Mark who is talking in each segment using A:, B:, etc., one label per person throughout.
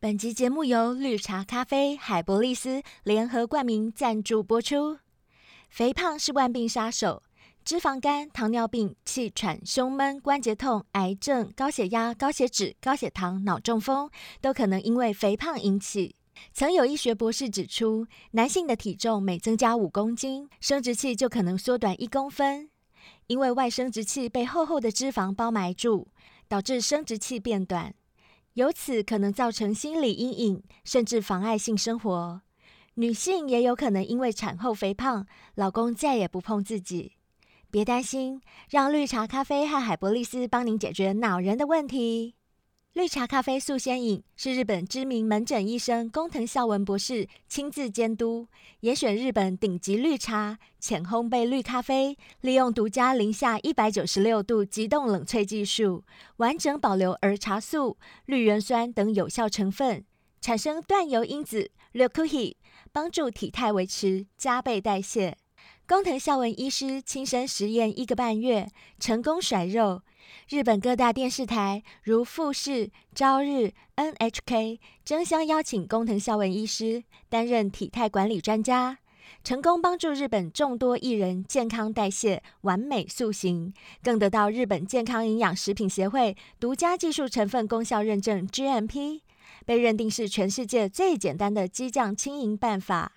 A: 本集节目由绿茶咖啡、海博利斯联合冠名赞助播出。肥胖是万病杀手，脂肪肝、糖尿病、气喘、胸闷、关节痛、癌症、高血压、高血脂、高血糖、脑中风都可能因为肥胖引起。曾有医学博士指出，男性的体重每增加五公斤，生殖器就可能缩短一公分，因为外生殖器被厚厚的脂肪包埋住，导致生殖器变短，由此可能造成心理阴影，甚至妨碍性生活。女性也有可能因为产后肥胖，老公再也不碰自己。别担心，让绿茶咖啡和海博利斯帮您解决恼人的问题。绿茶咖啡速仙饮是日本知名门诊医生工藤孝文博士亲自监督，严选日本顶级绿茶、浅烘焙绿咖啡，利用独家零下一百九十六度急冻冷萃技术，完整保留儿茶素、绿原酸等有效成分，产生断油因子 l e c o h i 帮助体态维持加倍代谢。工藤孝文医师亲身实验一个半月，成功甩肉。日本各大电视台如富士、朝日、NHK 争相邀请工藤孝文医师担任体态管理专家，成功帮助日本众多艺人健康代谢、完美塑形，更得到日本健康营养食品协会独家技术成分功效认证 GMP，被认定是全世界最简单的激将轻盈办法。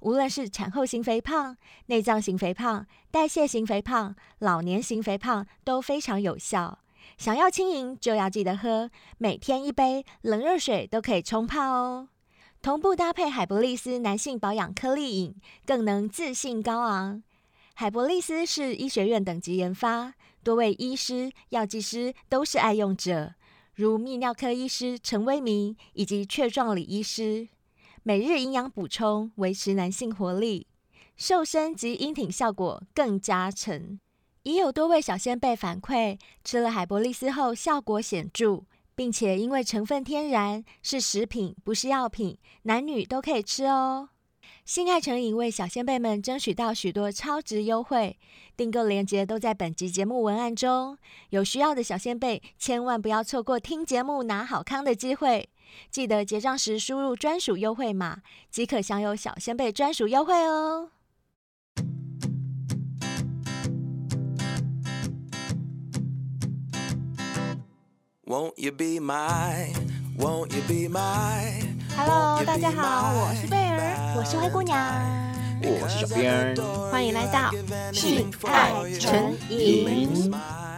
A: 无论是产后型肥胖、内脏型肥胖、代谢型肥胖、老年型肥胖都非常有效。想要轻盈就要记得喝，每天一杯冷热水都可以冲泡哦。同步搭配海博利斯男性保养颗粒饮，更能自信高昂。海博利斯是医学院等级研发，多位医师、药剂师都是爱用者，如泌尿科医师陈威明以及雀状理医师。每日营养补充，维持男性活力，瘦身及阴挺效果更加成。已有多位小先辈反馈，吃了海博利斯后效果显著，并且因为成分天然，是食品不是药品，男女都可以吃哦。性爱成瘾为小先辈们争取到许多超值优惠，订购链接都在本集节目文案中。有需要的小先辈千万不要错过听节目拿好康的机会。记得结账时输入专属优惠码，即可享有小仙贝专属优惠哦。
B: Won't you be my? Won't you be my?
A: Hello，大家好，我是贝儿，我是灰姑娘，
C: 我是小编，
D: 欢迎来到
C: 性
D: 爱成瘾。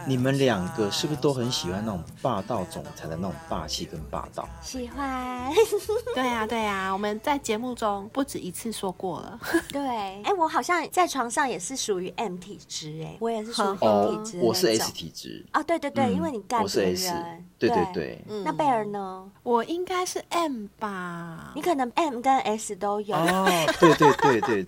C: 你们两个是不是都很喜欢那种霸道总裁的那种霸气跟霸道？
A: 喜欢，
D: 对呀、啊、对呀、啊，我们在节目中不止一次说过了。
A: 对，哎、我好像在床上也是属于 M 体质，哎，我也是属于 M
C: 哦
A: 体质，
C: 我是
A: 那
C: S
A: 种
C: 体质，
A: 哦，对对对，
C: 嗯
A: 因为你干
C: 我是
A: 别
C: S，嗯
A: 人
C: 对
A: 对
C: 对嗯对
A: 那贝尔呢？
D: 我应该是 M 吧？
A: 你可能 M 跟 S 都有。哎、
C: 哦， 对对对对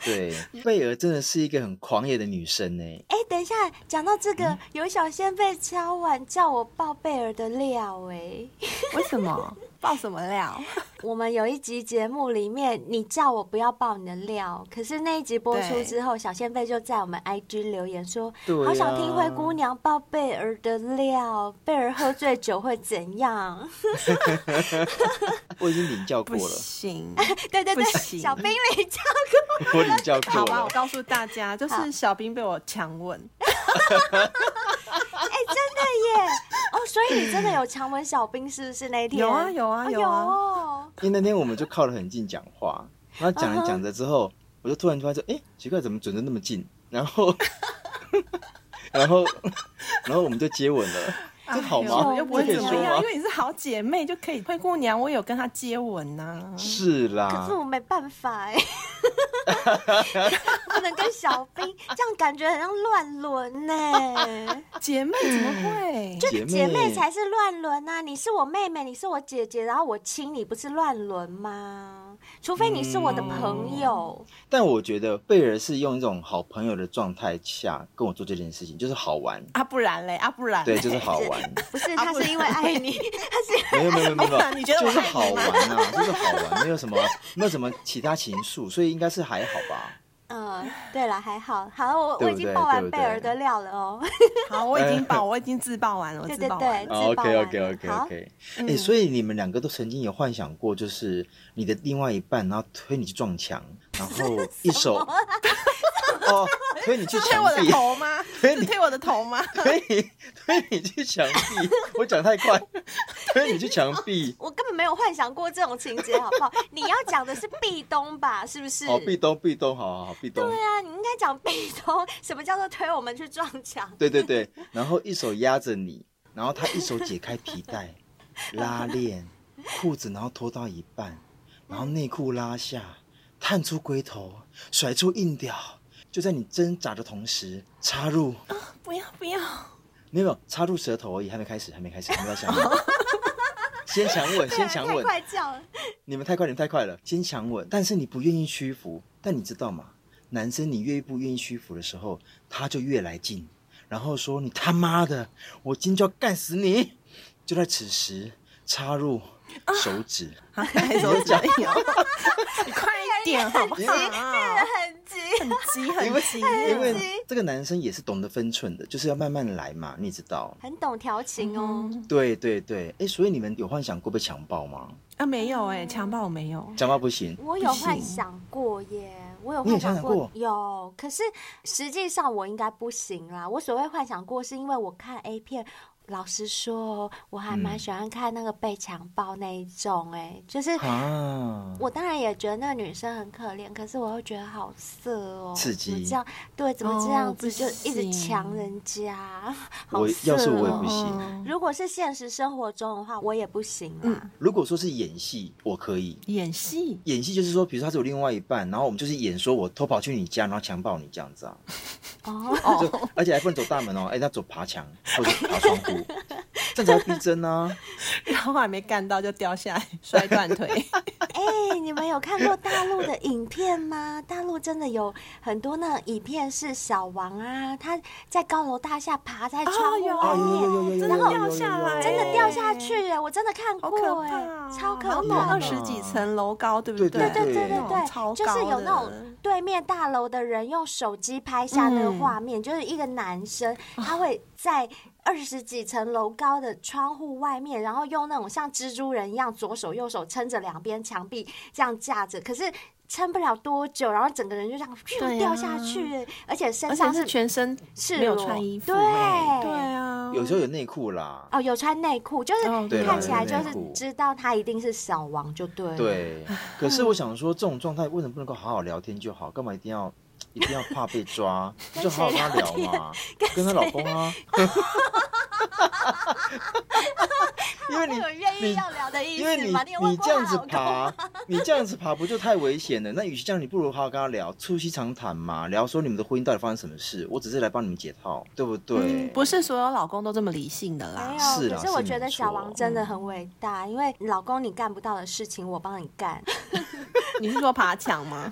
C: 对，贝尔真的是一个很狂野的女生呢。
A: 哎等一下，讲到这个，
D: 嗯
A: 有小仙贝敲碗叫我爆贝尔的料、哎。
D: 为什么？爆什么料？
A: 我们有一集节目里面，你叫我不要爆你的料，可是那一集播出之后，小仙贝就在我们 IG 留言说
C: 对：“啊
A: 好想听灰姑娘爆贝儿的料，贝儿喝醉酒会怎样
C: 我已经领教过
D: 不
C: 了，
D: 行，？”
A: 对对
D: 不
A: 对，
D: 行
A: 小兵你叫
C: 我领教 过
D: 好吧，
C: 了
D: 我。告诉大家，就
A: 好
D: 是小兵被我强吻。
A: 哎、真的耶！ 哦，所以你真的有强吻小兵是不是那一天？
D: 有啊有啊
A: 哦
D: 有
A: 有
D: 啊
A: 哦
C: 因为那天我们就靠得很近讲话，然后讲着讲着之后，我就突然突然说，哎、奇怪，怎么准的那么近？然后，然后，然后我们就接吻了，这好吗？
D: 哎呦又
C: 这
D: 不会
C: 可以
D: 怎么
C: 说
D: 样，
C: 吗
D: 因？为你是好姐妹就可以。灰姑娘，我有跟她接吻啊
E: 哦
D: 呐、
C: 是
A: 可
C: 啦
A: 是，我没办法 哎、不能跟小兵，这样感觉很像乱伦呢、
D: 姐妹怎么会？
C: 姐
A: 姐妹才是乱伦啊！你是我妹妹，你是我姐姐，然后我亲你，不是乱伦吗？除非你是我的朋友，
C: 但我觉得贝尔是用一种好朋友的状态下跟我做这件事情，就是好玩，
D: 啊，不然嘞，啊，不然嘞
C: 对，就是好玩。
A: 不是
D: 啊
A: 他
D: 不
A: 是
D: 是
A: 因为爱你，
C: 没有没有没有没有，
D: 你觉得
C: 就
D: 我
C: 是
D: 爱你
C: 好
D: 吗
C: 玩啊，就是好玩，没有什么没有什么其他情愫，所以应该是还好吧。
A: 嗯，对了，还好，好了，我
C: 对
A: 我
C: 不
A: 已经
C: 对
A: 爆
C: 对
A: 完
C: 不
A: 贝尔
C: 对
A: 的料了哦。
E: 好，我已经
C: 哎
E: 报，我已经自报完了，我
A: 对
E: 自
A: 对
E: 报
A: 对
E: 完，了。
A: 自爆
C: OK
A: 完
C: OK
A: 了
C: OK
A: 好
C: OK，哎、
E: 嗯
C: 所以你们两个都曾经有幻想过，就是你的另外一半，然后推你去撞墙，然后一手 哦推你去
E: 是推
C: 墙
E: 我的
C: 壁，
E: 头 吗？
C: 推
E: 是
C: 你
E: 推我的头 吗？
C: 推 你推你去墙壁，我讲太快，推你去墙壁。
A: 我根本没有幻想过这种情节，好不好？ 你要讲的是壁咚吧，是不是？
C: 哦，壁咚壁咚，好好好，壁咚
A: 对，啊，你应该讲壁咚。什么叫做推我们去撞墙？
C: 对对对，然后一手压着你，然后他一手解开皮带、拉链、裤子，然后脱到一半，然后内裤拉下，探出龟头，甩出硬屌，就在你挣扎的同时，插入
E: 不要不要！
C: 没有插入舌头而已，还没开始，还没开始，还没 到下面。先强吻，
A: 对啊
C: 先强
A: 太
C: 吻，
A: 快叫了，
C: 你们太快，你们太快了，先强吻，但是你不愿意屈服，但你知道吗？男生你越不愿意屈服的时候，他就越来劲，然后说你他妈的，我今天就要干死你！就在此时插入
E: 啊
C: 手指，
E: 好，还手脚有， 你快一点好不好？
A: 很急。
E: 很急
C: 因
E: 很
C: 为
E: 急，
C: 因为这个男生也是懂得分寸的，就是要慢慢来嘛，你知道？
A: 很懂调情哦，
E: 嗯
C: 对对对，哎，所以你们有幻想过被强暴吗？
E: 啊没有哎，强暴我没有，
C: 强暴不行，
A: 我有幻想过耶，我有
C: 你有
A: 幻想
C: 幻想
A: 过
C: 过，
A: 有。可是实际上我应该不行啦。我所谓幻想过，是因为我看 A 片。老实说哦，我还蛮
C: 嗯
A: 喜欢看那个被强暴那一种、哎，就是
C: 啊，
A: 我当然也觉得那个女生很可怜，可是我又觉得好色哦，
C: 刺
A: 怎么
C: 激
A: 这样对，怎么这
E: 哦
A: 样
E: 不
A: 子就一直
E: 行
A: 强人家，好
C: 我
A: 色
C: 要是我也不
A: 哦。
C: 行
A: 如果是现实生活中的话，我也不行啦。
C: 如果说是演戏，我可以，
E: 演戏
C: 演戏就是说，比如说他是有另外一半，然后我们就是演说我偷跑去你家，然后强暴你这样子啊，
A: 哦，
C: 就而且还不能走大门哦，哎、那走爬墙或者爬窗户，这样才会逼真啊。
E: 然后还没干到就掉下来，摔断 腿。
A: 哎、你们有看过大陆的影片吗？ 大陆真的有很多那种影片是小王啊，他在高楼大厦爬在窗户
E: 哦有
A: 外
C: 啊，有有
A: 面，
C: 有有有有有有
E: 真的掉
C: 有
E: 下
C: 有
E: 来
A: 真的
E: 哎
A: 掉下去耶！我真的看
E: 好
A: 过
E: 可
A: 哎、
E: 怕哦，
A: 超可
E: 然后
A: 怕
E: 那
A: 的，
E: 种二十几层楼高，对不
C: 对
A: 对
E: 对
C: 对
A: 对
C: 对
A: 对
E: 那种超
A: 对，就是
E: 高
A: 有那
E: 的
A: 种对面大楼的人用手机拍下那个
E: 嗯啊
A: 画面，就是一个男生，他会在二十几层楼高的窗户外面，然后用那种像蜘蛛人一样，左手右手撑着两边墙壁这样架着，可是撑不了多久，然后整个人就这样咻
E: 对啊
A: 掉下去，而且身
E: 而且
A: 上
E: 是全身
A: 赤
E: 没有
A: 裸
E: 穿衣服
A: 对
E: 哎对。啊，
C: 有时候有内裤啦，
A: 哦，有穿内裤，就是
E: 哦对
A: 看
E: 啦
A: 起来
E: 有
A: 就
C: 内
A: 是
C: 裤
A: 知道他一定是小王，就
C: 嗯
A: 对了。
C: 对。可是我想说，这种状态为什么不能够好好聊天就好？干嘛一定要一定要怕被抓？就好 好跟他聊嘛，跟他老公啊。 因为
A: 你
C: 你
A: 有愿意
C: 你
A: 要聊的意
C: 因为
A: 思
C: 你
A: 吗？有问
C: 你
A: 过
C: 这样子
A: 她老公吗
C: 爬，你这样子爬不就太危险了？那与其这样，你不如好好跟他聊，促膝长谈嘛，聊说你们的婚姻到底发生什么事。我只是来帮你们解套，对不对？
E: 嗯，不是所有老公都这么理性的
A: 没
E: 啦。
A: 有，
C: 是
A: 可
C: 啦
A: 是我
C: 是
A: 觉
C: 没
A: 得小
C: 错嗯
A: 王真的很伟大，因为老公你干不到的事情我帮你干，
E: 你是说爬墙吗？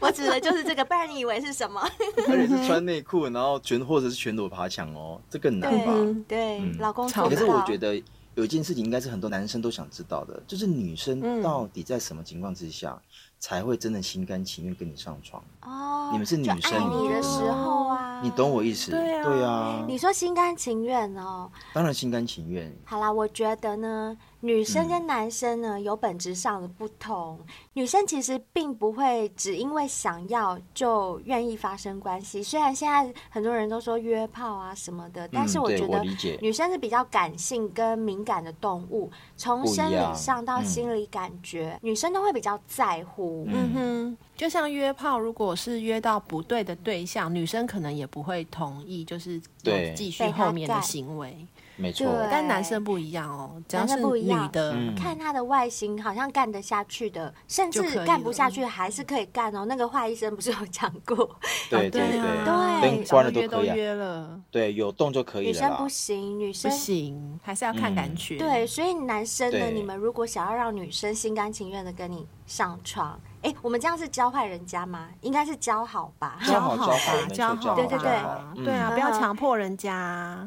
A: 我指的就是这个，不然你以为是什么？
C: 而且是穿内裤，然后全或者是全裸爬墙哦，这更难吧？
A: 对对，
C: 嗯
A: 老公做不
E: 吵
C: 可
A: 到。
C: 是我觉得有一件事情应该是很多男生都想知道的，就是女生
E: 嗯
C: 到底在什么情况之下才会真的心甘情愿跟你上床？
A: 哦，
C: 你们是女
A: 就爱
C: 生
A: 你
C: 你
A: 的
C: 觉得
A: 时
C: 呢
A: 候啊，
C: 你懂我意思？
E: 对啊
C: 啊
A: 你说心甘情愿哦，
C: 当然心甘情愿。
A: 好啦，我觉得呢，女生
C: 嗯
A: 跟男生呢、有本质上的不同。女生其实并不会只因为想要就愿意发生关系，虽然现在很多人都说约炮啊什么的，但是
C: 嗯
A: 我
C: 对
A: 觉
C: 我
A: 得
C: 理解
A: 女生是比较感性跟敏感的动物，从
C: 不一嗯
A: 生理
C: 样
A: 上到
C: 嗯
A: 心理感觉，女生都会比较在乎。
C: 嗯
E: 嗯哼，就像约炮，如果是约到不对的对象，女生可能也不会同意，就是
C: 对
E: 有继续后面的行为。
C: 没错，
A: 对
E: 但男生不一样哦，只要
A: 男
E: 是
A: 生不一
E: 女
A: 样
E: 的，
C: 嗯
A: 看她的外形，好像干得下去的，甚
E: 就
A: 至
E: 可以
A: 干不
E: 了
A: 下去还是可以干哦。那个华医生不是有讲过，
C: 对
E: 对
C: 对
E: 啊，
A: 哦对
C: 灯关了
E: 然后
C: 都
E: 约
C: 可
E: 都
C: 以啊
E: 约了，
C: 对，有动就可以
A: 女
C: 了
A: 生
C: 啦。
A: 不行，女
E: 不
A: 生
E: 行，还是要
C: 嗯
E: 看感觉。
A: 对，，所以男生呢，
C: 对
A: 你们如果想要让女生心甘情愿的跟你上床，哎、我们这样是教坏人家吗？应该是教好吧？
C: 交好
E: 吧
C: 交好没错
E: 交好吧，
A: 交好对对对
C: 嗯
E: 对啊，不要强迫人 家。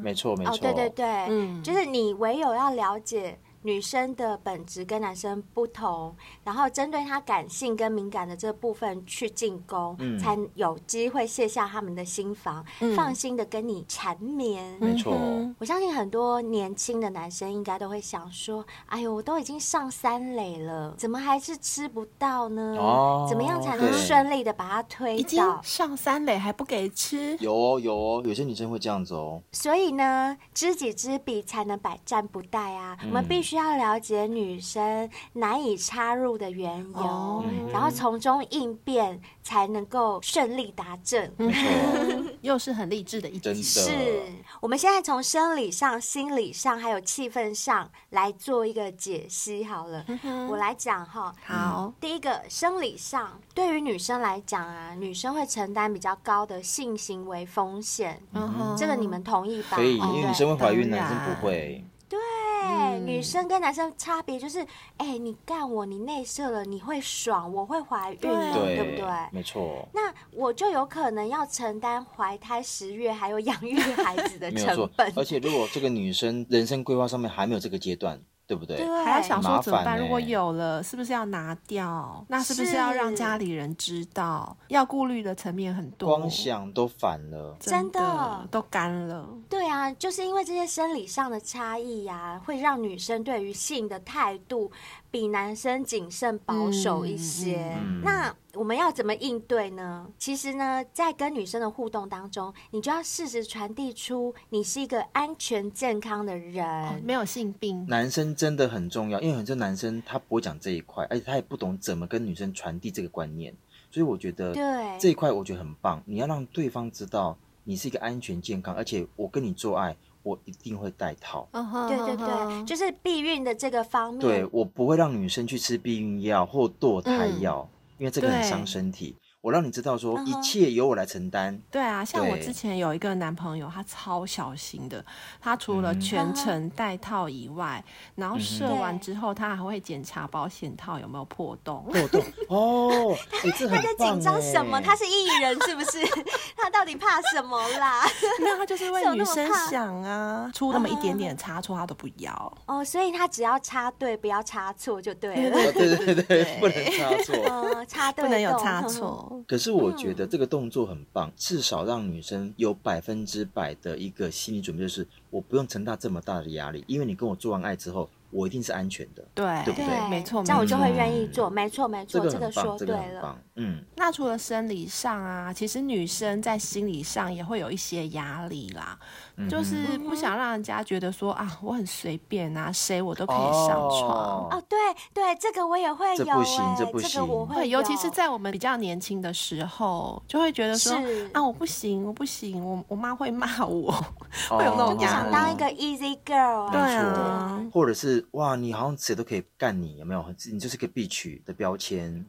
C: 没错没
A: 哦
C: 错，
A: 哦，对对对，
E: 嗯
A: 就是你唯有要了解女生的本质跟男生不同，然后针对他感性跟敏感的这部分去进攻，
C: 嗯
A: 才有机会卸下他们的心防，
E: 嗯
A: 放心的跟你缠绵。
C: 没错
E: 嗯
A: 我相信很多年轻的男生应该都会想说：“哎呦，我都已经上三垒了，怎么还是吃不到呢？
C: 哦
A: 怎么样才能
C: 对
A: 顺利的把它推
E: 已经
A: 倒？”
E: 上三垒还不给吃，
C: 有哦有哦，有些女生会这样子哦。
A: 所以呢，知己知彼才能百战不殆啊！
C: 嗯
A: 我们必须要了解女生难以插入的缘由，
E: 哦
C: 嗯
A: 然后从中应变，才能够顺利达阵。
C: 没错，
E: 又是很励志的一集
C: 真。
A: 是
C: 的，
A: 我们现在从生理上、心理上还有气氛上来做一个解析好了。
E: 嗯
A: 我来讲哈，
E: 好，
A: 第一个生理上，对于女生来讲啊，女生会承担比较高的性行为风险，
E: 嗯哼
A: 这个你们同意吧？
C: 可以，
A: 对不
C: 因为
A: 对
C: 女生会怀孕，
E: 当然
C: 男生不会。
E: 嗯
A: 对，女生跟男生差别就是，哎、你干我，你内射了，你会爽，我会怀孕了，
E: 对
A: 对不对？
C: 没错，
A: 那我就有可能要承担怀胎十月还有养育孩子的
C: 没有
A: 成
C: 错
A: 本。。
C: 而且如果这个女生人生规划上面还没有这个阶段，对不对？
A: 对，
E: 还要想说怎么
C: 麻
E: 办？
C: 烦欸
E: 如果有了，是不是要拿掉？那是不是要让家里人知道？要顾虑的层面很多，
C: 光想都反了。
E: 真
A: 真的
E: 都干了。
A: 对啊，就是因为这些生理上的差异呀、会让女生对于性的态度比男生谨慎保守一些。
C: 嗯嗯嗯
A: 那我们要怎么应对呢？其实呢，在跟女生的互动当中，你就要适时传递出你是一个安全健康的人。
E: 哦没有性病，
C: 男生真的很重要，因为很多男生他不会讲这一块，而且他也不懂怎么跟女生传递这个观念，所以我觉得
A: 对
C: 这一块我觉得很棒。你要让对方知道你是一个安全健康，而且我跟你做爱，我一定会戴套，
E: 嗯哼
A: 对对对，就是避孕的这个方面，
C: 对我不会让女生去吃避孕药或堕胎
E: 嗯
C: 药，因为这个很
E: 对
C: 伤身体。我让你知道说
A: 嗯
C: 一
A: 哼
C: 切由我来承担，
E: 对啊，像我
C: 对
E: 之前有一个男朋友，他超小心的，他除了
C: 嗯
E: 全程戴套以外，然后射
A: 对
E: 完之后，他还会检查保险套有没有破 洞。
C: 豆豆哦，哎、这
A: 他
C: 很
A: 在
C: 棒
A: 紧张什么？
C: 哎
A: 他是艺人是不是？ 他到底怕什么啦？
E: 没有，他就是为
A: 是有
E: 女
A: 那么
E: 生
A: 怕嗯
E: 想啊，出那么一点点差错他都不要。
A: 哦，所以他只要插对，不要插错就对了。
C: 哦对对对对，不能差错。
A: 哦，插对
E: 不能有
A: 洞
E: 差。错，
C: 可是我觉得
A: 嗯
C: 这个动作很棒，至少让女生有百分之百的一个心理准备，就是我不用承担这么大的压力，因为你跟我做完爱之后，我一定是安全的。
E: 对
C: 对不
A: 对，
E: 没错，
A: 这样我
E: 没
A: 就
E: 错
A: 会愿意做，没错没
C: 这
A: 错，
C: 个
A: 这
C: 很
A: 个
C: 棒，
A: 说
C: 这
A: 对
C: 个很
A: 了，哦
C: 棒。嗯，
E: 那除了生理上啊，其实女生在心理上也会有一些压力啦，
C: 嗯
E: 就是
A: 嗯
E: 不想让人家觉得说啊，我很随便啊，谁我都可以上床。
A: 哦，对对，这个我也会有
C: 这
A: 哎，
C: 不行这不
A: 个我
C: 行
A: 会有，
E: 尤其是在我们比较年轻的时候，就会觉得说
A: 是
E: 啊，我不行，我不行，我我妈会骂我，
C: 哦
E: 会有那种
A: 不
E: 压
A: 想
E: 力。
A: 当一个 easy girl
C: 没
E: 对
A: 啊，
E: 啊，
C: 或者是哇，你好像谁都可以干你，有没有？你就是个 B 区的标 签。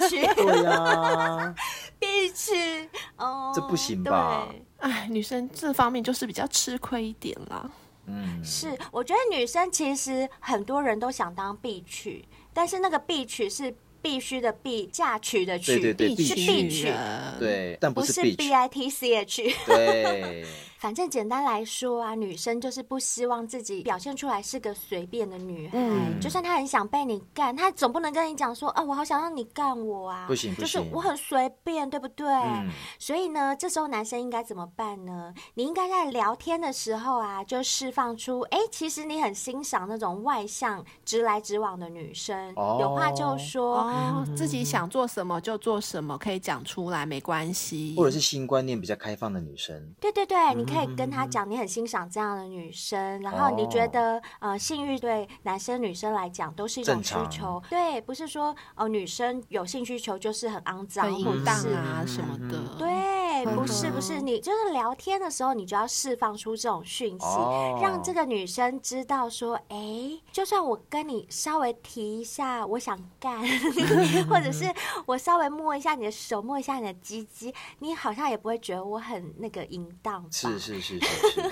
A: 必须
C: 对呀，
A: 必须哦，
C: 这不行吧
A: 对
E: 哎，女生这方面就是比较吃亏一点啦。
C: 嗯，
A: 是，我觉得女生其实很多人都想当必曲，但是那个必曲是必须的必，嫁娶的娶，
C: 对对对必
A: 是
C: 须
A: 必
E: 须
A: 曲，
E: 人，
C: 对，但
A: 不
C: 是
A: 是
C: B
A: B
C: 区。
A: I T C H。
C: 对，
A: 反正简单来说啊，女生就是不希望自己表现出来是个随便的女孩。
E: 嗯，
A: 就算她很想被你干，她总不能跟你讲说啊，我好想让你干我啊，
C: 不行不
A: 就是
C: 行
A: 我很随便，对不对？
C: 嗯，
A: 所以呢，这时候男生应该怎么办呢？你应该在聊天的时候啊，就释放出，哎、其实你很欣赏那种外向、直来直往的女生，
C: 哦
A: 有话就说。
E: 哦，
C: 嗯
E: 自己想做什么就做什么，可以讲出来，没关系。
C: 或者是新观念比较开放的女生。
A: 对对对，你可以跟
C: 嗯
A: 他讲，你很欣赏这样的女生，然后你
C: 哦
A: 觉得、呃，性欲对男生女生来讲都是一种
C: 正
A: 需
C: 常
A: 求，对，不是说哦、女生有性需求就是很肮脏
E: 很
A: 或
E: 淫
A: 者
E: 荡
A: 是
E: 啊什么
C: 嗯
E: 的。
A: 对，不是
E: 嗯
A: 不是，你就是聊天的时候，你就要释放出这种讯息，
C: 哦
A: 让这个女生知道说，哎、就算我跟你稍微提一下我想干， 或者
C: 嗯
A: 是我稍微摸一下你的手，摸一下你的鸡鸡，你好像也不会觉得我很那个淫荡吧？
C: 是是是是是，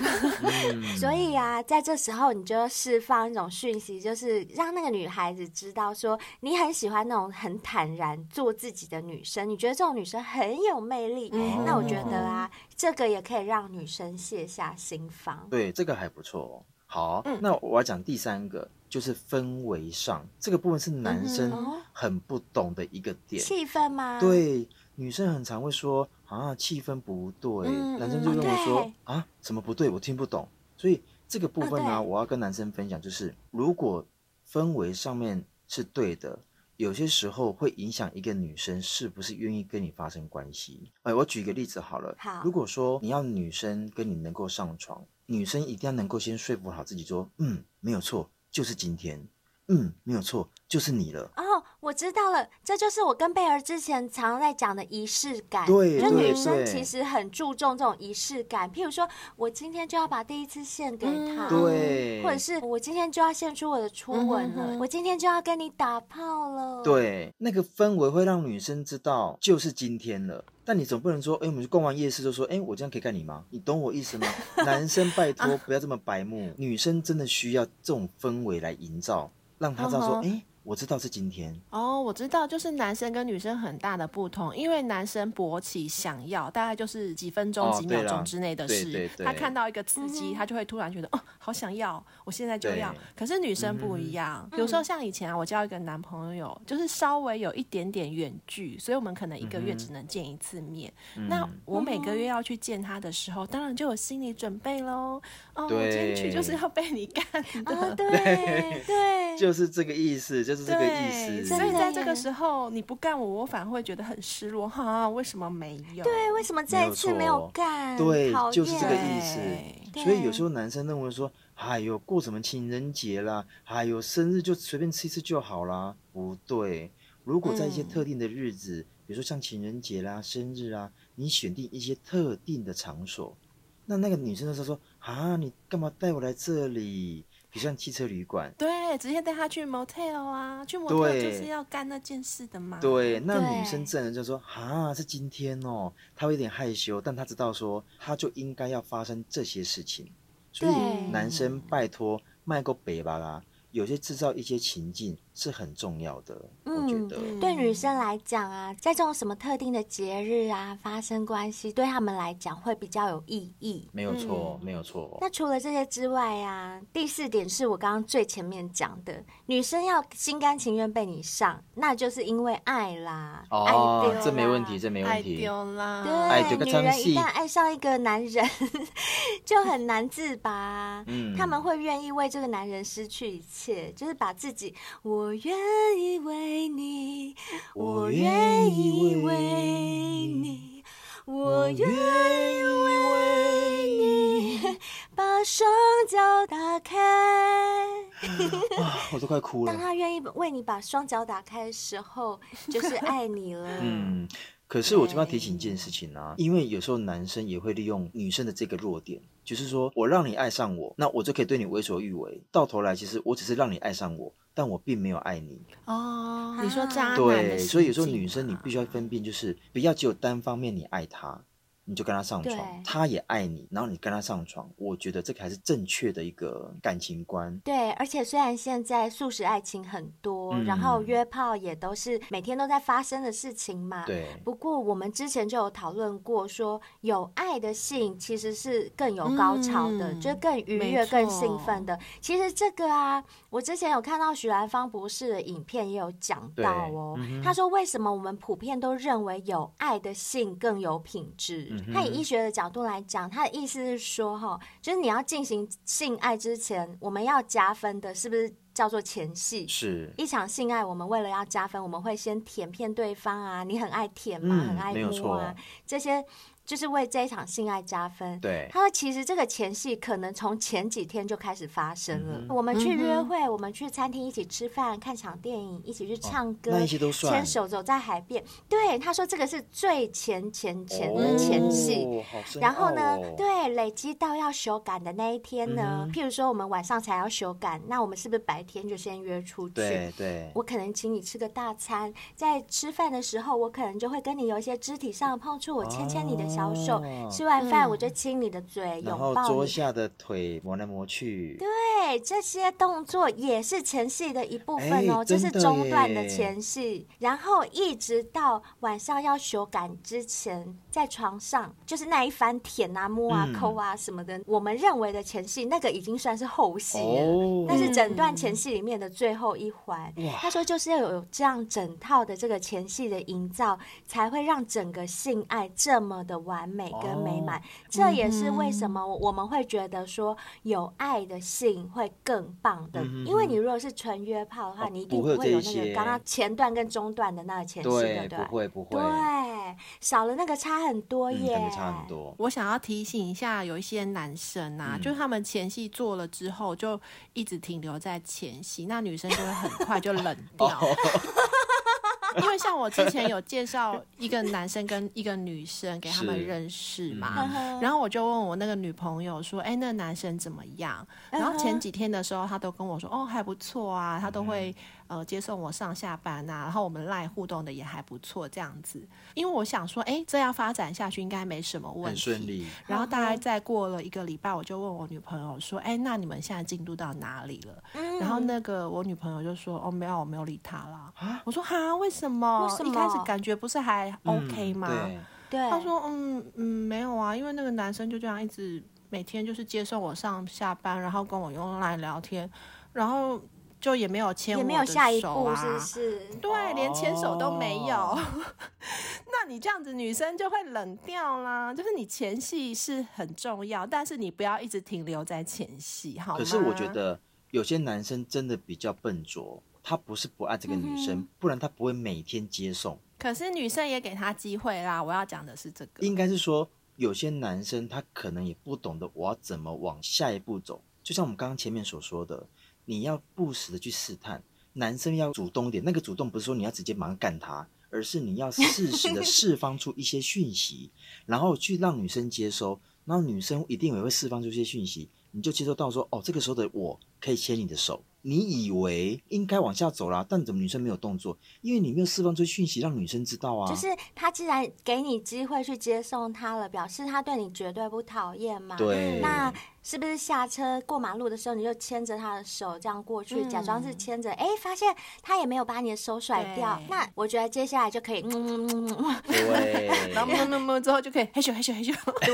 C: 嗯
A: 所以啊，在这时候你就要释放一种讯息，就是让那个女孩子知道说，你很喜欢那种很坦然做自己的女生，你觉得这种女生很有魅力。
E: 嗯
A: 那我觉得啊，这个也可以让女生卸下心防。嗯
C: 对，这个还不错哦。好，那我要讲第三个，就是氛围上这个部分是男
A: 哦
D: 嗯
C: 生
D: 哼
C: 很不懂的一个点。
A: 气氛吗？，
C: 对，女生很常会说啊气氛不对，
A: 嗯
C: 男生就
A: 嗯
C: 认为说
A: 对
C: 啊什么不对，我听不懂。所以这个部
A: 啊
C: 分呢、
A: 对
C: 我要跟男生分享，就是如果氛围上面是对的，有些时候会影响一个女生是不是愿意跟你发生关系。哎，我举一个例子好了，
A: 好
C: 如果说你要女生跟你能够上床，女生一定要能够先说服好自己说，嗯，没有错，就是今天，嗯，没有错，就是你了。
A: 哦，我知道了，这就是我跟贝儿之前常在讲的仪式感。
C: 对
A: 就
C: 对
A: 女生
C: 对
A: 其实很注重这种仪式感，譬如说我今天就要把第一次献给他，
D: 嗯
C: 对，
A: 或者是我今天就要献出我的初吻了，
D: 嗯哼哼
A: 我今天就要跟你打炮了。，
C: 对，那个氛围会让女生知道就是今天了。但你总不能说，哎、我们去逛完夜市就说，哎、我这样可以干你吗？你懂我意思吗？ 男生拜托
E: 啊
C: 不要这么白目，女生真的需要这种氛围来营造，让她知道说，
D: 嗯
C: 哎、我知道是今天。
E: 哦，我知道，就是男生跟女生很大的不同，因为男生勃起想要大概就是几分钟、
C: 哦
E: 几秒
C: 对啦
E: 钟之内的
C: 对
E: 事，
C: 对对
E: 他看到一个刺
A: 嗯
E: 激，
A: 哼
E: 他就会突然觉得哦，好想要，我现在就要
C: 对。嗯
E: 可是女生不一样，
A: 嗯
E: 有时候像以前啊，我交一个男朋友，就是稍微有一点点远距，所以我们可能一个月
C: 嗯哼
E: 只能见一次面。
C: 嗯
E: 那我每个月要去见他的时候，当然就有心理准备喽。哦，我今天去就是
C: 对
E: 要被你干 的。
A: 啊，对对，
C: 就是这个意思，就是这个意
E: 对，
C: 思
E: 所。以在
A: 真的
E: 这
A: 耶
E: 个时候你不干我，我反而会觉得很失落哈、为什么没有？
A: 对，为什么这一次没
C: 没有
A: 有
C: 错
A: 干？
C: 对
A: 讨，
C: 就是这个
A: 厌
C: 意思。所以有时候男生认为说，哎呦，过什么情人节啦，哎呦，生日就随便吃一次就好啦。不对，如果在一些
A: 嗯
C: 特定的日子，比如说像情人节啦、生日啊，你选定一些特定的场所，那那个女生就说，啊，你干嘛带我来这里？比如像汽车旅馆。
E: 对，直接带他去 motel 啊，去 motel 就是要干那件事的嘛。
C: 对，那女
A: 对
C: 生自然就说啊，是今天哦，她会有点害羞，但她知道说，她就应该要发生这些事情，所
A: 对
C: 以男生拜托迈过北吧啦，有些制造一些情境是很重要的，我觉
A: 嗯
C: 得。
E: 嗯
A: 对女生来讲啊，在这种什么特定的节日啊发生关系，对她们来讲会比较有意义。
C: 没有错，
E: 嗯
C: 没有错。
A: 那除了这些之外啊，第四点是我刚刚最前面讲的，女生要心甘情愿被你上，那就是因为爱啦，爱
C: 哦
A: 丢，啊
C: 这没问
A: 啦
C: 题，这没问
E: 爱
C: 题。
E: 丢啦，
C: 爱
A: 对，
C: 丢个
A: 女
C: 脏
A: 人一
C: 戏
A: 旦爱上一个男人， 就很难自拔。
C: 嗯
A: 他们会愿意为这个男人失去一切，就是把自己，我愿意为你，我
C: 我
A: 愿
C: 愿
A: 意
C: 意
A: 为
C: 为
A: 你
C: 你，
A: 我愿
C: 意为
A: 你把双脚打开。
C: 啊， 我都快哭了
A: 当。他愿意为你把双脚打开的时候，就是爱你了。
C: 嗯，可是我这边要提醒一件事情
A: 哎
C: 啊，因为有时候男生也会利用女生的这个弱点，就是说我让你爱上我，那我就可以对你为所欲为。到头来，其实我只是让你爱上我，但我并没有爱你。
E: 哦，你说渣男
C: 对，
E: 的
C: 所以有时候
E: 心境
C: 女生你
E: 啊
C: 必须要分辨，就是不要只有单方面你爱他，你就跟他上
A: 对
C: 床，他也爱你，然后你跟他上床，我觉得这个还是正确的一个感情观。
A: 对，而且虽然现在素食爱情很多，然后
C: 嗯
A: 约炮也都是每天都在发生的事情嘛。。
C: 对，
A: 啊不过我们之前就有讨论过说，有爱的性其实是更有高潮的，
E: 嗯
A: 就是更愉
E: 没
A: 悦、更
E: 错
A: 兴奋的。其实这个啊，我之前有看到许兰芳博士的影片也有讲
C: 对嗯
A: 到哦，他说为什么我们普遍都认为有爱的性更有品质？
C: 嗯哼
A: 他以医学的角度来讲，他的意思是说哈、就是你要进行性爱之前，我们要加分的，是不是叫做前戏？
C: 是，
A: 一场性爱，我们为了要加分，我们会先舔遍对方啊，你很爱舔嘛，
C: 嗯
A: 很爱
C: 没有
A: 摸啊
C: 错，
A: 这些就是为这一场性爱加分。
C: 对
A: 他说其实这个前戏可能从前几天就开始发生了。
C: 嗯
A: 我们去
E: 嗯哼
A: 约会，我们去餐厅一起吃饭、看场电影，一起去唱歌，
C: 哦那一些都算
A: 牵手走在海边。对，他说这个是最前前前的前戏。
C: 哦好深
A: 然后
C: 奥
A: 呢，
C: 哦
A: 对，累积到要修改的那一天呢，
C: 嗯哼
A: 譬如说我们晚上才要修改，那我们是不是白天就先约出去？
C: 对对，
A: 我可能请你吃个大餐，在吃饭的时候，我可能就会跟你有一些肢体上的碰触，我牵牵你的消瘦。
C: 哦嗯
A: 吃完饭我就
E: 嗯
A: 亲你的嘴，
C: 然
A: 拥
C: 后
A: 抱
C: 桌
A: 你。
C: 下的腿磨来磨去，
A: 对，这些动作也是前戏的一部分
C: 哎
A: 哦，这是
C: 真的
A: 中段的
C: 耶
A: 前戏，然后一直到晚上要修改之前，在床上就是那一番舔啊、摸啊、
C: 嗯
A: 抠啊什么的，我们认为的前戏，那个已经算是后戏了。
C: 哦，
A: 那是整段前戏里面的最后一环。
C: 哇
A: 他说就是要有这样整套的这个前戏的营造，才会让整个性爱这么的完美跟美满。
C: 哦嗯
A: 这也是为什么我们会觉得说有爱的性会更棒的，
C: 嗯哼
A: 因为你如果是纯约炮的话，
C: 哦
A: 你一定
C: 不会有
A: 有
C: 这
A: 那
C: 一
A: 个
C: 些
A: 刚刚前段跟中段的那个前戏，对
C: 对，
A: 不
C: 不
A: 对？
C: 会不会，
A: 对，少了那个差很多
C: 嗯，
A: 耶，
C: 真的差很多。
E: 我想要提醒一下，有一些男生啊，
C: 嗯
E: 就他们前戏做了之后，就一直停留在前戏，那女生就会很快就冷
C: 哦
E: 掉。 因为像我之前有介绍一个男生跟一个女生给他们
C: 是
E: 认识
A: 呵
E: 嘛，
C: 嗯
A: 呵。
E: 然后我就问我那个女朋友说：“哎，那个男生怎么样？”
C: 嗯
E: 然后前几天的时候，他都跟我说：“哦，还不错啊，他都会呃接送我上下班啊，然后我们赖互动的也还不错这样子。”因为我想说，哎，这样发展下去应该没什么问
C: 很
E: 题，
C: 顺利，
E: 然后大概再过了一个礼拜，我就问我女朋友说：“哎，那你们现在进度到哪里了？”
C: 嗯
A: 嗯
E: 然后那个我女朋友就说：“哦，没有，我没有理他
C: 啊
E: 啦。”我说：“哈，为什么？
A: 为什
E: 一开始
A: 么
E: 感觉不是还 OK
C: 嗯
E: 吗？
C: 对，
A: 对，
E: 他说：“嗯嗯，没有啊，因为那个男生就这样一直每天就是接送我上下班，然后跟我用 LINE 聊天，然后就也没有牵
A: 也
E: 我
A: 没有
E: 的
A: 下一
E: 手
A: 步，
E: 啊。
A: 是不是？
E: 对，连牵手都没有。
C: 哦
E: 那你这样子，女生就会冷掉啦。就是你前戏是很重要，但是你不要一直停留在前戏，好吗？
C: 可是我觉，得有些男生真的比较笨拙，他不是不爱这个女生，
E: 嗯
C: 不然他不会每天接送。
E: 可是女生也给他机会啦。我要讲的是这个，
C: 应该是说，有些男生他可能也不懂得我要怎么往下一步走。就像我们刚刚前面所说的，你要不时的去试探，男生要主动一点。那个主动不是说你要直接马上干他，而是你要适时 的释放出一些讯息，然后去让女生接收，然后女生一定也会释放出一些讯息，你就接收到说，哦，这个时候的我可以牵你的手。你以为应该往下走啦，但怎么女生没有动作？因为你没有释放出讯息让女生知道啊。
A: 就是他既然给你机会去接送他了，表示他对你绝对不讨厌嘛。
C: 对，
A: 那是不是下车过马路的时候，你就牵着他的手这样过去，
E: 嗯
A: 假装是牵着？哎，发现他也没有把你的手甩掉
E: 对。
A: 那我觉得接下来就可以，嗯嗯嗯嗯嗯，
C: 对，
E: 然后么么么之后就可以嘿咻嘿咻嘿咻。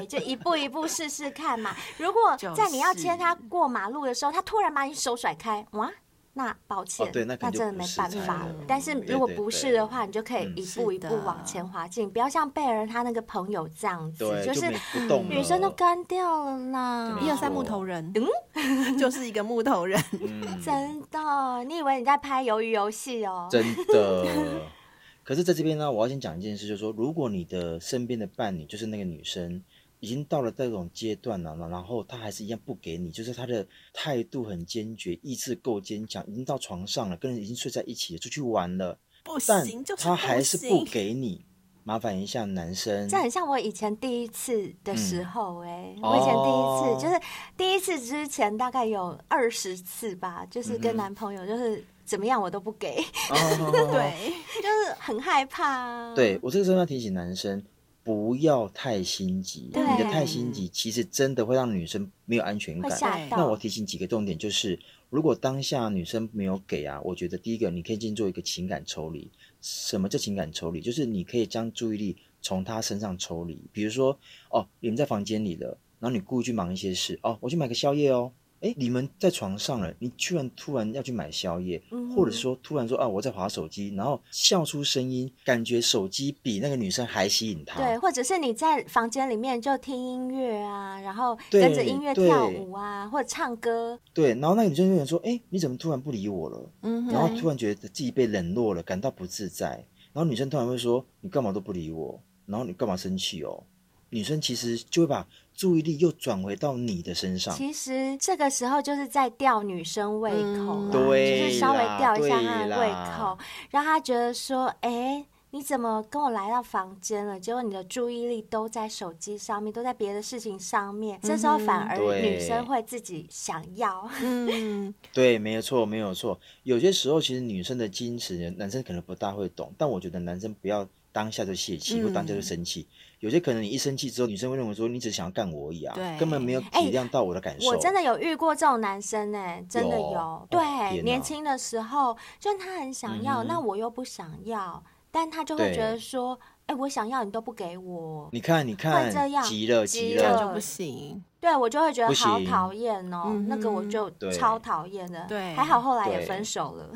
A: 对，就一步一步试试看嘛。如果
E: 就是
A: 在你要牵他过马路的时候，他突然把你手甩开，哇，那抱歉，
C: 哦对那可能就
A: 真的没办
C: 不是
A: 法
C: 才
A: 了
C: 了。
A: 但是
C: 对
A: 如果
C: 对
A: 不
C: 对
A: 是的话，你就可以一
C: 嗯
A: 步一
E: 是
A: 步
E: 的
A: 往前滑进，不要像贝尔他那个朋友这样子，
C: 对，
A: 是
C: 没不动了啊
A: 女生都干掉了啦。
C: 没
E: 一二三
C: 错
E: 木头人，嗯 就是一个木头人。
C: 嗯
A: 真的，你以为你在拍鱿鱼游戏哦？
C: 真的。 可是在这边呢，我要先讲一件事，就是说，如果你的身边的伴侣就是那个女生，已经到了这种阶段了，然后她还是一样不给你，就是她的态度很坚决，意志够坚强，已经到床上了，跟人已经睡在一起了，出去玩了，
E: 不
C: 但
E: 行，就是
C: 她还是不
E: 行。
C: 给你，麻烦一下男生
A: 这。 很像我以前第一次的时候哎、我以
C: 嗯哦
A: 前第一次、就是第一次之前大概有二十次吧，就是
C: 嗯
A: 跟男朋友就是怎么样我都不给，
C: 哦
E: 对，
A: 就是很害怕、啊。
C: 对我这个时候要提醒男生，不要太心急。
A: 对
C: 你的太心急，其实真的会让女生没有安全
A: 会
C: 感。
A: 吓
E: 对
A: 到。
C: 那我提醒几个重点，就是如果当下女生没有给啊，我觉得第一个你可以先做一个情感抽离。什么叫情感抽离？就是你可以将注意力从她身上抽离。比如说，哦，你们在房间里了，然后你故意去忙一些事，哦，我去买个宵夜哦。哎，你们在床上了，你居然突然要去买宵夜，
A: 嗯
C: 或者说突然说啊我在划手机，然后笑出声音，感觉手机比那个女生还吸引她。
A: 对，或者是你在房间里面就听音乐啊，然后
C: 对
A: 跟着音乐跳
C: 对
A: 舞啊，或者唱歌，
C: 对，然后那个女生就想说，哎，你怎么突然不理我了？
E: 嗯哼，
C: 然后突然觉得自己被冷落了，感到不自在。然后女生突然会说：“你干嘛都不理我？然后你干嘛生气哦？”女生其实就会把注意力又转回到你的身上。
A: 其实这个时候就是在吊女生胃口啦，
E: 嗯
A: 就
C: 对
A: 是稍微
C: 啦
A: 吊一下
C: 对
A: 她的胃口
C: 啦，
A: 让她觉得说，哎、你怎么跟我来到房间了？结果你的注意力都在手机上面，都在别的事情上面。这时候反而
C: 嗯对
A: 女生会自己想要，
E: 嗯，
C: 对，没有错，没有错。有些时候其实女生的矜持，男生可能不大会懂，但我觉得男生不要当下就泄气，
E: 嗯
C: 或当下就生气。有些可能你一生气之后，女生会认为说你只是想要干我而已啊，
E: 对
C: 根本没有体
A: 哎
C: 谅到我的感受。
A: 我真的有遇过这种男生哎、真的
C: 有
A: 有
C: 哦。
A: 对，
C: 天
A: 年
C: 哪
A: 轻的时候，就他很想要，
C: 嗯哼
A: 那我又不想要，但他就会觉得
C: 对
A: 说，哎、我想要你都不给我，
C: 你看，你
A: 会这
C: 看
A: 样，
C: 急了，
A: 急
C: 急
E: 这样
A: 了
C: 了，
E: 就不行。
A: 对啊我就会觉得
C: 不
A: 好
C: 行
A: 讨厌哦，
E: 嗯
A: 那个我
E: 哼
A: 就
C: 对
A: 超讨厌的。
E: 对
A: 还好后来也
C: 对
A: 分手了。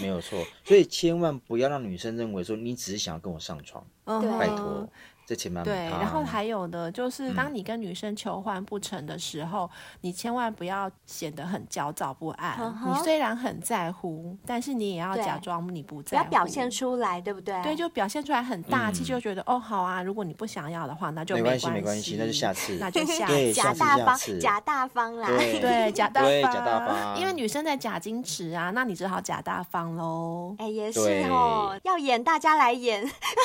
C: 没有错。所以千万不要让女生认为说你只是想要跟我上床，
E: 嗯
A: 对
E: 哼
C: 拜托，啊这千万不
E: 对，
C: 要
E: 然后还有呢，
C: 嗯
E: 就是当你跟女生求欢不成的时候，你千万不要显得很焦躁不安。
A: 嗯哼
E: 你虽然很在乎，但是你也要
A: 对
E: 假装你不
A: 不
E: 在
A: 要
E: 乎，
A: 表现。出来，对不对？
E: 对， 就表现出来很大气，
C: 嗯
E: 就觉得哦好啊，如果你不想要的话，那就
C: 没
E: 关
C: 关系，没关系，那就下次。
E: 那就 下
C: 对
A: 假
C: 下次
A: 大
C: 下
A: 方，
C: 次
A: 假大方啦。。
C: 对
E: 对假大
C: 对
E: 方，
C: 假大方
E: 因为女生在假矜持啊，那你只好假大方喽
A: 哎，也是
C: 对
A: 哦，要演大家来 演，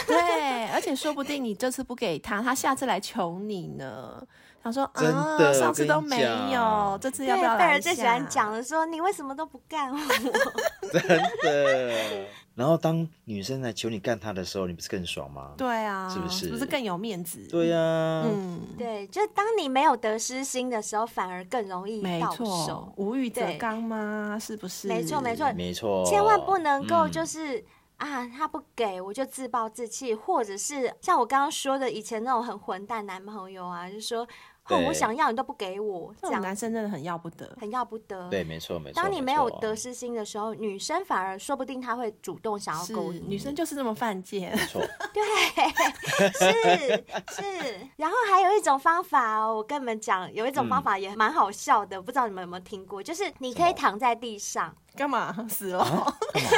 E: 对，而且说不定你这次不给他，他下次来求你呢。他说
C: 真
E: 啊，
C: 的
E: 上次
C: 跟
E: 都
C: 你
E: 没有
C: 讲，
E: 这次
A: 对，
E: 要不要
A: 贝
E: 来
A: 尔
E: 一
A: 最喜
E: 下
A: 欢讲的说，你为什么都不 干我？
C: 真的。然后当女生来求你干她的时候，你不是更爽吗？
E: 对啊，
C: 是不是
E: 不是更有面子？
C: 对啊呀、
E: 嗯，
A: 对，就当你没有得失心的时候，反而更容易
E: 没
A: 到
E: 错
A: 手，。
E: 无欲则
A: 对
E: 刚嘛，是不是？
A: 没错没错
C: 没错，
A: 千万不能够
C: 嗯
A: 就是、啊，他不给我就自暴自弃，或者是像我刚刚说的，以前那种很混蛋男朋友啊，就说哦，
C: 对
A: 我想要你都不给我，
E: 这
A: 这
E: 种
A: 样
E: 男生真的很要不得。
A: 很要不得。
C: 对，没错没错。
A: 当你没有
C: 错
A: 得失心的时候，女生反而说不定她会主动想要
E: 是
A: 勾引
E: 女生就是这么犯贱，
C: 没错，
A: 是是，然后还有一种方法哦，我跟你们讲，有一种方
C: 嗯
A: 法也蛮好笑的，不知道你们有没有听过？就是你可以
C: 什么
A: 躺在地上，
E: 干嘛死了？
C: 干嘛？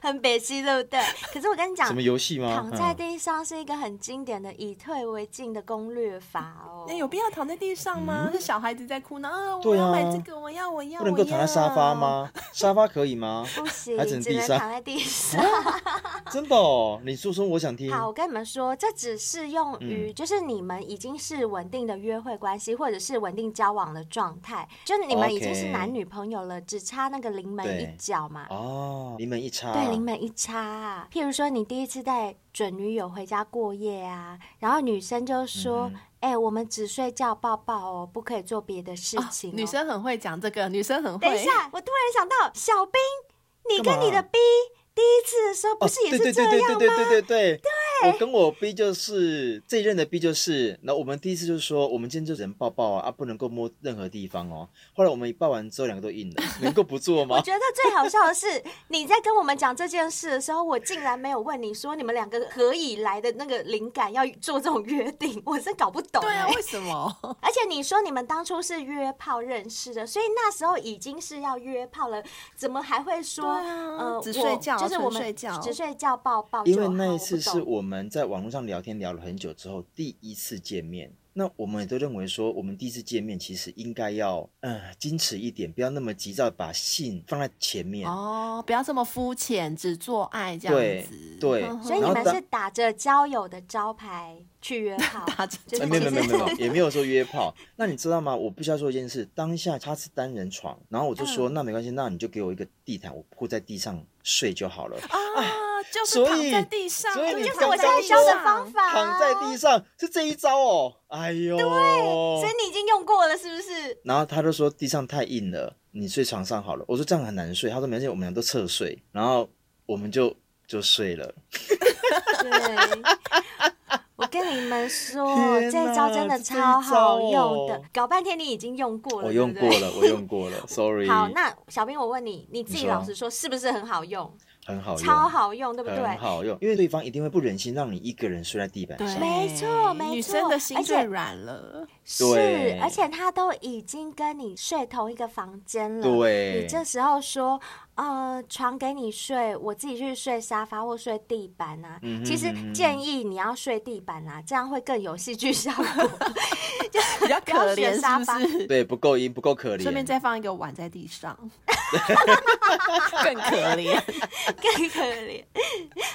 A: 很北西，对不对？可是我跟你讲
C: 什么，游戏吗？
A: 躺在
C: 嗯
A: 地上是一个很经典的以退为进的攻略法哦。
E: 那哎有必要躺在地上吗？是小孩子在哭呢，啊，我
C: 嗯对
E: 要买
C: 啊
E: 这个，我要，我要，
C: 不能
E: 我
C: 够躺在沙发
E: 要？
C: 吗？沙发可以吗？
A: 不行，
C: 还只能
A: 只
C: 地
A: 能
C: 上啊
A: 躺在 地上。
C: 真的哦，你说说，我想听。
A: 好，我跟你们说，这只适用
C: 嗯
A: 于就是你们已经是稳定的约会关系，或者是稳定交往的状态，就是你们已经是
C: OK
A: 男女朋友了，只差那个临门一
C: 对
A: 脚嘛。
C: 哦，临门一插。
A: 对，临门一插、啊。譬如说，你第一次带准女友回家过夜啊，然后女生就说
C: 嗯哼：“
A: 哎、我们只睡觉抱抱哦，不可以做别的事
E: 啊
A: 情、哦
E: 女，生很会讲这个，女生很会。
A: 等一下，我突然想到，小兵，你
C: 干
A: 跟你的
C: 嘛
A: B 第一次的时候不
C: 哦
A: 是也
C: 对
A: 是
C: 对
A: 这
C: 对
A: 样吗？
C: 对对对对对对，我跟我 B 就是这一任的 B 就是，那我们第一次就说我们今天就只能抱抱啊，啊不能够摸任何地方哦。后来我们一抱完之后，两个都硬了， 能够不做
A: 我
C: 吗？
A: 觉得最好笑的是， 你在跟我们讲这件事的时候，我竟然没有问你说你们两个何以来的那个灵感要做这种约定， 我真搞不懂、
E: 对啊，
A: 欸
E: 为什么？
A: 而且你说你们当初是约炮认识的，所以那时候已经是要约炮了，怎么还会说、
E: 对啊
A: 呃
E: 只
A: 我
E: 睡觉
A: 就是
E: 纯
A: 我们
E: 睡觉
A: 只睡觉抱抱就
C: 因
A: 好？
C: 为那一次
A: 我
C: 是
A: 不懂
C: 我们在网络上聊天聊了很久之后第一次见面，那我们也都认为说我们第一次见面其实应该要呃矜持一点，不要那么急躁，把性放在前面。
E: 哦，不要这么肤浅，只做爱这
C: 对
E: 样子。
C: 对，
A: 所以
C: 然
A: 你
C: 后
A: 们
C: 当
A: 是打着交友的招牌去 约炮，
E: 打着
A: 就是
C: 哎没
A: 其实
C: 有没有没有没有，也没有说约炮。 那你知道吗？我必须要说一件事，当下他是单人床，然后我就说、
A: 嗯
C: 那没关系，那你就给我一个地毯，我铺在地上睡就好了。
E: 啊，就是
C: 所
E: 躺
C: 以
E: 在地上，
C: 所以
E: 这
C: 你
E: 就是
A: 是
C: 刚
A: 我
E: 我
A: 现在
C: 刚
E: 在
A: 教
E: 教
C: 说
A: 的方法、
C: 躺在地，上是这一招哦，哎呦。
A: 所以你已经用过了，是不 是？
C: 然后他就说地上太硬了，你睡床上好了。我说这样很难睡，他说没关系，我们俩都侧睡，然后我们就就睡了。
A: 对。我跟你们说，
C: 天
A: 这一招真的
C: 哪这一
A: 超好
C: 招
A: 用的
C: 哦，
A: 搞半天你已经用过了，
C: 我用
A: 对不
C: 过
A: 对
C: 了，我用 过了，sorry。
A: 好，那小兵，我问你，你自己
C: 你说
A: 老实说，是不是很好用？
C: 很好用，
A: 超好用，对不
C: 很
A: 对？
C: 好用，因为对方一定会不忍心让你一个人睡在地板上。
E: 对，
A: 没错没
E: 女
A: 错
E: 生的
A: 而
E: 心
A: 且
E: 最软了。
A: 是
C: 对，
A: 而且他都已经跟你睡同一个房间了，
C: 对
A: 你这时候说，呃，床给你睡，我自己去睡沙发或睡地板啊。
C: 嗯哼
A: 其实
C: 嗯哼
A: 建议你要睡地板啊，这样会更有戏剧效果。
E: 比较
A: 不要
E: 可
A: 选
E: 怜，
A: 沙发
E: 是不是？
C: 对，不够阴，不够可怜。
E: 顺便再放一个碗在 地上，更可怜。
A: 更可怜。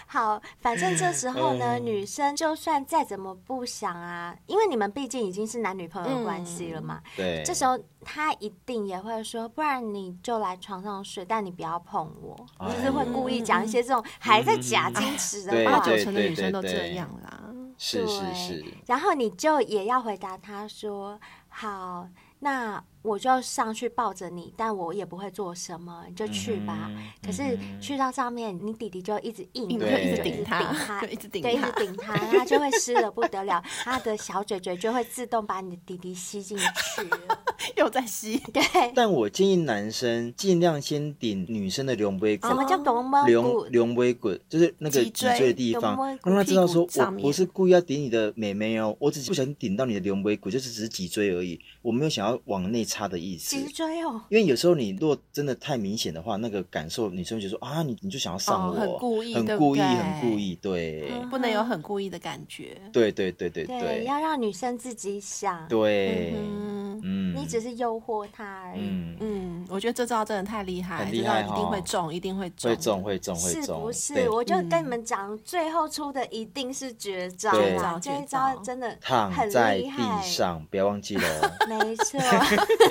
A: 好，反正这时候呢，
C: 嗯
A: 女生就算再怎么不想啊，因为你们毕竟已经是男女朋友关系了嘛，
C: 对，
A: 这时候他一定也会说，不然你就来床上睡，但你不要碰我，
C: 哎
A: 就是会故意讲一些这种还在假矜持的
C: 对
A: 话。
E: 八哦九成的
C: 嗯对
E: 女生都
C: 对
E: 这
C: 对
E: 样啦。
C: 是是
A: 对
C: 是，
A: 然后你就也要回答他说：“好，那我就上去抱着你，但我也不会做什么，你就去吧。
C: 嗯哼
A: 可是去到上面，你弟弟就一直硬
E: 硬
A: 着，
C: 着一直
A: 就
C: 顶
A: 顶
E: 他
A: 他，
E: 就一直顶
A: 对，一直
E: 他
A: 顶他，他就会湿的不得 了，他的小嘴嘴就会自动把你的弟弟吸进去了。
E: 又在吸，
A: 对，
C: 但我建议男生尽量先顶女生的龙尾骨
A: 什，么叫龙猫
C: 龙
A: 骨？
C: 龙尾骨就是那个
E: 哦脊
C: 脊
E: 椎
C: 椎的地
A: 龙
C: 方
A: 尾，骨
C: 让他知道说
E: 屁股
C: 我
E: 上面
C: 不是故意要顶你的美眉哦，我只是不小心顶到你的龙尾骨，就是只是脊椎而已，我没有想要往内插的意思。
A: 脊椎哦，
C: 因为有时候你如果真的太明显的话，那个感受女生会觉得说啊，你你就想要上
E: 哦
C: 我，
E: 很故意
C: 很
E: 对不
C: 故意，
E: 对嗯
C: 很故意，对，
E: 不能有很故意的感觉。
C: 对对对对
A: 对，
C: 对
A: 要让女生自己想，
C: 对，
E: 嗯
C: 嗯，
A: 你只是诱惑她而已。
C: 嗯
E: 嗯，我觉得这招真的太厉害，
C: 很
E: 这
C: 厉
E: 招
C: 害
E: 一定会
C: 哦
E: 中，一定会中，
C: 会中会中会
A: 是
C: 中，
A: 不
C: 对
A: 是？我就
E: 嗯
A: 跟你们讲，最后出的一定是绝招
C: 对
A: 啦，这
E: 绝招
A: 一招真的很
C: 躺在
A: 厉
C: 地
A: 害，
C: 上，不要忘记了 哦。
A: 没错，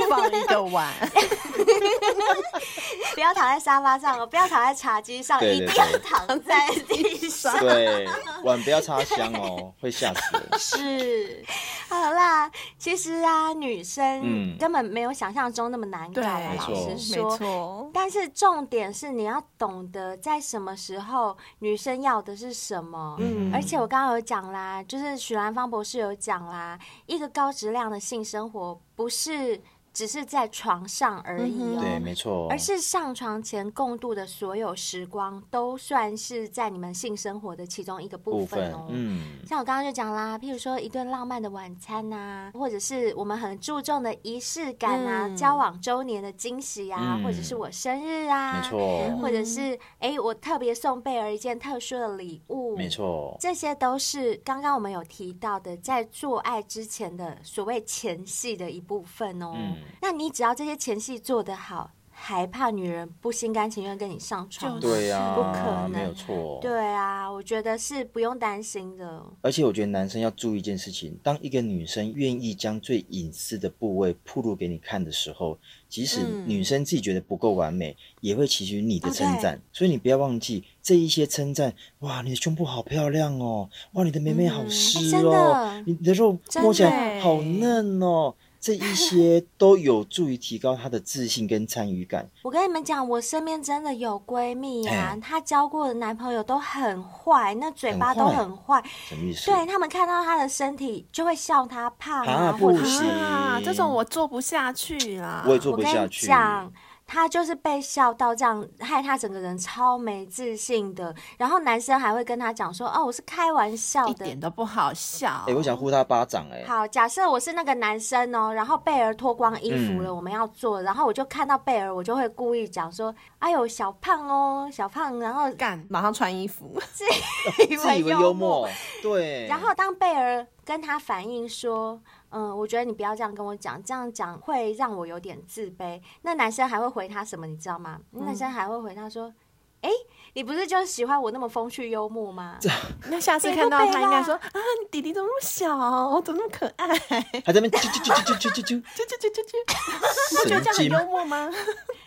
E: 放一个碗。
A: 不要躺在沙发上哦，不要躺在茶几上，
C: 对
A: 一
C: 对
A: 定要
C: 对
A: 躺在地上。
C: 对，碗不要插香哦，会吓死 人。
A: 是，好啦，其实啊，女生
C: 嗯
A: 根本没有想象中那么难搞啦
E: 对，
A: 老
C: 没
A: 实
E: 没
A: 说。
E: 错，
A: 但是重点是你要懂得在什么时候女生要的是什么，
C: 嗯
A: 而且我刚刚有讲啦，就是许兰芳博士有讲啦，一个高质量的性生活不是只是在床上而已哦。
C: 嗯对，没错。
A: 而是上床前共度的所有时光，都算是在你们性生活的其中一个部
C: 部
A: 分
C: 分
A: 哦。，
C: 嗯，
A: 像我刚刚就讲啦，譬如说一顿浪漫的晚餐呐、或者是我们很注重的仪式感啊，
E: 嗯
A: 交往周年的惊喜啊，
C: 嗯
A: 或者是我生日啊，
C: 没，错，
A: 或者是哎、我特别送贝儿一件特殊的礼物，
C: 没。错，
A: 这些都是刚刚我们有提到的，在做爱之前的所谓前戏的一部分哦。
C: 嗯
A: 那你只要这些前戏做得好，还怕女人不心甘情愿跟你上床吗？
E: 就是
C: 对呀，
A: 不可能
C: 没有错。
A: 对啊，我觉得是不用担心的。哦
C: 而且我觉得男生要注意一件事情：当一个女生愿意将最隐私的部位暴露给你看的时候，即使
E: 嗯
C: 女生自己觉得不够完美，也会期许你的
A: 哦
C: 称赞。所以你不要忘记这一些称赞：哇，你的胸部好漂亮哦！哇，你的妹妹好湿
A: 嗯真
C: 哦！
A: 的
C: 你的肉
A: 真
C: 摸起
E: 的
C: 来好嫩哦！这一些都有助于提高她的自信跟参与感。
A: 我跟你们讲，我身边真的有闺蜜啊
C: 哎，
A: 她交过的男朋友都很坏，那嘴巴都
C: 很坏
A: 很坏，
C: 什么意思？
A: 对他们看到她的身体就会笑她胖
C: 啊，
A: 或
C: 不
A: 者
C: 行，
E: 啊，这种我做不下去啦。
C: 我也做
A: 我
C: 不
A: 跟
C: 下
A: 你
C: 去。
A: 讲，他就是被笑到这样，害他整个人超没自信的。然后男生还会跟他讲说：“哦，我是开玩笑
E: 一
A: 的
E: 点。都不好笑。
C: 哎、我想呼他巴掌、哎”。
A: 好，假设我是那个男生哦，然后贝儿脱光衣服了，
C: 嗯
A: 我们要做，然后我就看到贝儿，我就会故意讲说：“哎呦，小胖哦，小胖。”然后
E: 干，马上穿衣服。
C: 自以为幽默，对。
A: 然后当贝儿跟他反映说，嗯，我觉得你不要这样跟我讲，这样讲会让我有点自卑。那男生还会回他什么，你知道吗？
C: 嗯
A: 男生还会回他说，哎、你不是就喜欢我那么风趣幽默吗？
E: 那下次
A: 对
E: 看
A: 都
E: 到
A: 被
E: 他，应该
A: 啦
E: 说啊，你弟弟怎么那么小？我怎么那么可爱？
C: 还在那边啾啾啾啾啾啾啾，
E: 就就就就就，觉得
C: 神
E: 这样很
C: 经，
E: 幽默 吗？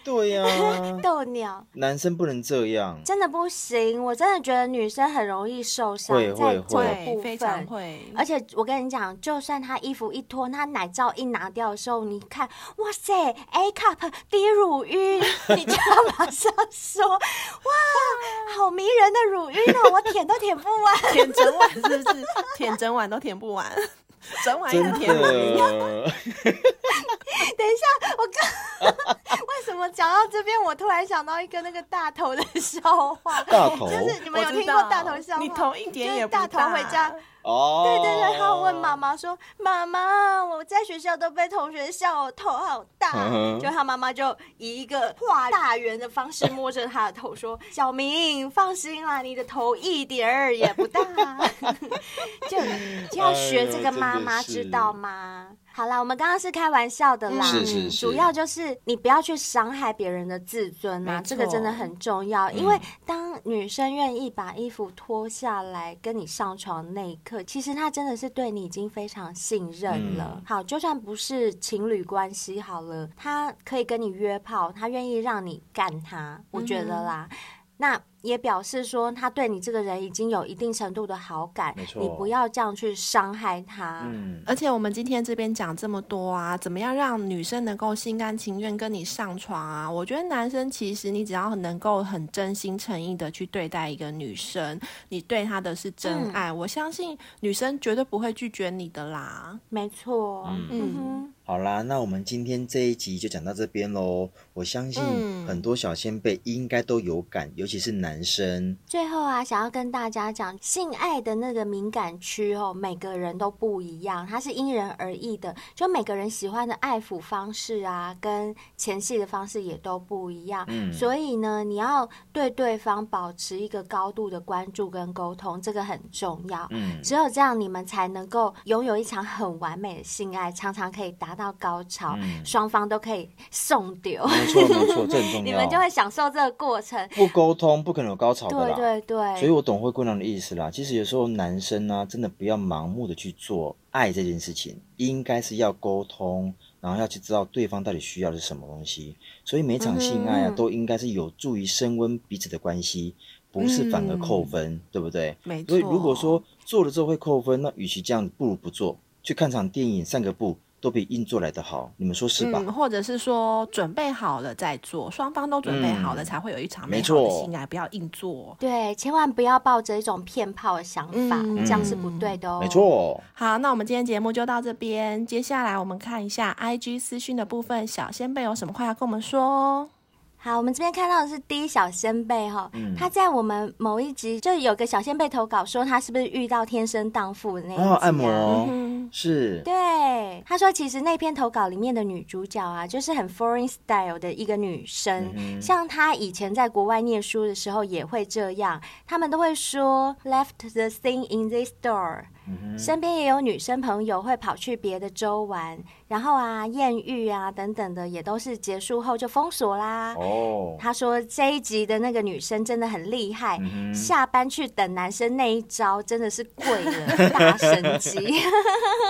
C: 对呀、
A: 逗鸟。
C: 男生不能这样，
A: 真的不行，我真的觉得女生很容易受伤，
C: 会
A: 在
C: 会
A: 这个部分
E: 非常会。
A: 而且我跟你讲，就算她衣服一脱，她奶罩一拿掉的时候，你看，哇塞，A cup 低乳晕，你就要马上说， 哇，好迷人的乳晕哦，我舔都舔不完。
E: 舔整晚是不是？舔整晚都舔不完， 整晚一
C: 真
E: 直舔不完。
C: 的。
A: 等一下，我刚 为什么讲到这边，我突然想到一个那个大头的笑话，
C: 大头
A: 就是你们
E: 我
A: 有
E: 知
A: 听过
E: 道
A: 大头笑话？
E: 你头一点
A: 就是
E: 也不
A: 大头回家
E: 大
C: 哦，
A: 对对对，他有问妈妈说：“妈妈，我在学校都被同学笑我头好大。
C: 嗯哼
A: 就他妈妈就以一个画大圆的方式摸着他的头说：“小明，放心啦，你的头一点儿也不大。 就”就要学这个妈妈，
C: 哎呦真的是
A: 知道吗？好啦，我们刚刚是开玩笑的啦，
C: 是是是
A: 主要就是你不要去伤害别人的自尊啊，
C: 嗯
E: 没错
A: 这个真的很重要，因为当女生愿意把衣服脱下来跟你上床那一刻，其实她真的是对你已经非常信任了。
C: 嗯
A: 好，就算不是情侣关系好了，她可以跟你约炮，她愿意让你干她，我觉
C: 嗯
A: 得啦。那也表示说，她对你这个人已经有一定程度的好感
C: 没，错
A: 你不要这样去伤害她。
C: 嗯，
E: 而且我们今天这边讲这么多啊，怎么样让女生能够心甘情愿跟你上床啊？我觉得男生其实你只要能够很真心诚意的去对待一个女生，你对她的是真爱，
C: 嗯
E: 我相信女生绝对不会拒绝你的啦。
A: 没错，
C: 嗯
A: 嗯哼，
C: 好啦，那我们今天这一集就讲到这边喽。我相信
E: 嗯
C: 很多小先辈应该都有感，尤其是男生。
A: 最后啊，想要跟大家讲，性爱的那个敏感区哦，每个人都不一样，它是因人而异的，就每个人喜欢的爱抚方式啊，跟前戏的方式也都不一样。
C: 嗯，
A: 所以呢，你要对对方保持一个高度的关注跟沟通，这个很重要。
C: 嗯，
A: 只有这样，你们才能够拥有一场很完美的性爱，常常可以达到高潮，
C: 嗯
A: 双方都可以送 丢，
C: 没错没错，这很重 要。
A: 你们就会享受这个过程。
C: 不沟通，不可能有高潮的
A: 对
C: 啦。
A: 对
E: 哎
A: 对，
C: 所以我懂灰姑娘的意思啦。其实有时候男生呢、真的不要盲目的去做爱这件事情，应该是要沟通，然后要去知道对方到底需要的是什么东西。所以每场性爱啊，
A: 嗯
C: 都应该是有助于升温彼此的关系，不是反而扣分，对不对？
E: 嗯没
C: 所
E: 错。
C: 以嗯如果说做了之后会扣分，那与其这样，不如不做，去看场电影、散个步，都比硬做来的好。你们说是吧？
E: 嗯，或者是说准备好了再做，双方都准备好了，
C: 嗯
E: 才会有一场
C: 没
E: 美好的
C: 错
E: 性爱，不要硬做。
A: 对，千万不要抱着一种骗炮的想法，
E: 嗯
A: 这样是不对的哦。
C: 没，错。
E: 好，那我们今天节目就到这边，接下来我们看一下 IG 私讯的部分，小先辈有什么话要跟我们说哦？
A: 好，我们这边看到的是第一小先辈哈、
C: 嗯
A: 他在我们某一集就有个小先辈投稿说他是不是遇到天生荡妇那一集、
C: 然后
A: 啊
C: 哦按摩、
E: 嗯
C: 是，
A: 对，他说其实那篇投稿里面的女主角啊，就是很 foreign style 的一个女生，
C: 嗯哼
A: 像她以前在国外念书的时候也会这样，他们都会说 left the thing in this door，、身
C: 嗯
A: 边也有女生朋友会跑去别的州玩，然后啊艳遇啊等等的也都是结束后就封锁
E: 啊
A: 啦。
C: 哦，
A: 他说这一集的那个女生真的很厉害，
C: 嗯哼
A: 下班去等男生那一招真的是跪了，大神级。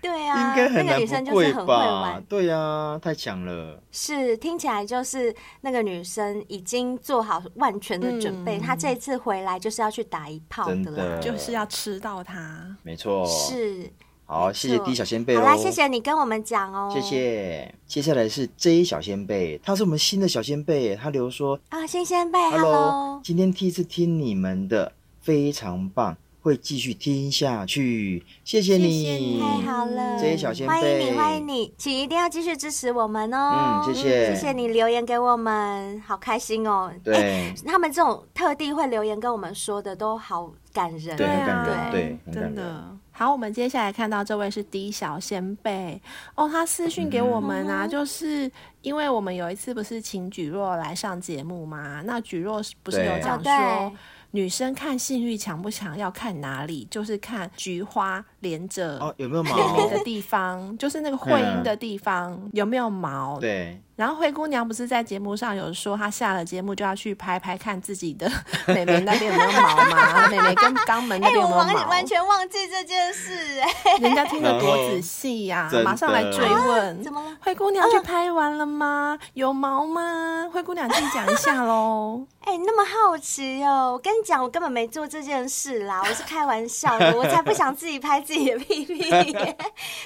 A: 对啊，
C: 应该
A: 那
C: 很
A: 个
C: 难
A: 女生
C: 不
A: 就是
C: 贵
A: 很会
C: 吧
A: 玩？，
C: 对呀、太强了。
A: 是听起来就是那个女生已经做好万全的准备，
E: 嗯
A: 她这一次回来就是要去打一炮
C: 真
A: 啦。
C: 的
E: 就是要吃到它。
C: 没错，
A: 是，
C: 好，
A: 没
C: 谢谢
A: 错
C: D 小先辈
A: 好
C: 喽，
A: 啦，谢谢你跟我们讲哦，
C: 哦谢谢。接下来是 J 小先辈，他是我们新的小先辈，他留说
A: 啊，新鲜贝
C: Hello，今天第一次听你们的，非常棒，会继续听下去，谢谢你，
E: 谢谢你
A: 太好了，
C: 这些小先
A: 欢迎你，
C: 辈
A: 欢迎你，请一定要继续支持我们哦。
C: 嗯谢谢
A: 谢谢你留言给我们，好开心哦。哎，
C: 对，
A: 他们这种特地会留言跟我们说的，都好感人。
C: 对很感人
E: 啊，
C: 对很感
E: 真
C: 人
E: 的。好，我们接下来看到这位是 D 小先辈哦，他私讯给我们
A: 嗯
E: 啊，就是因为我们有一次不是请举若来上节目嘛，那举若是不是有
C: 对
E: 讲
A: 哦
E: 说
A: 对
E: 女生看性欲强不强要看哪里，就是看菊花连着
C: 哦，啊有没有毛？
E: 妹妹的地方，就是那个会阴的地方有没有毛？
C: 对，
E: 然后灰姑娘不是在节目上有说，她下了节目就要去拍拍看自己的 美眉那边有没有毛 吗？美眉跟肛门那
A: 哎，
E: 边
A: 我
E: 有没有
A: 完
E: 毛？
A: 完全忘记这件事，哎，
E: 人家听得多仔细呀、
C: 然后
E: 马上来追问。
A: 怎么了？
E: 灰姑娘去拍完了吗？有毛吗？灰姑娘自己讲一下喽。
A: 哎，你那么好奇哦！我跟你讲，我根本没做这件事啦，我是开玩笑的，我才不想自己拍自己的屁屁。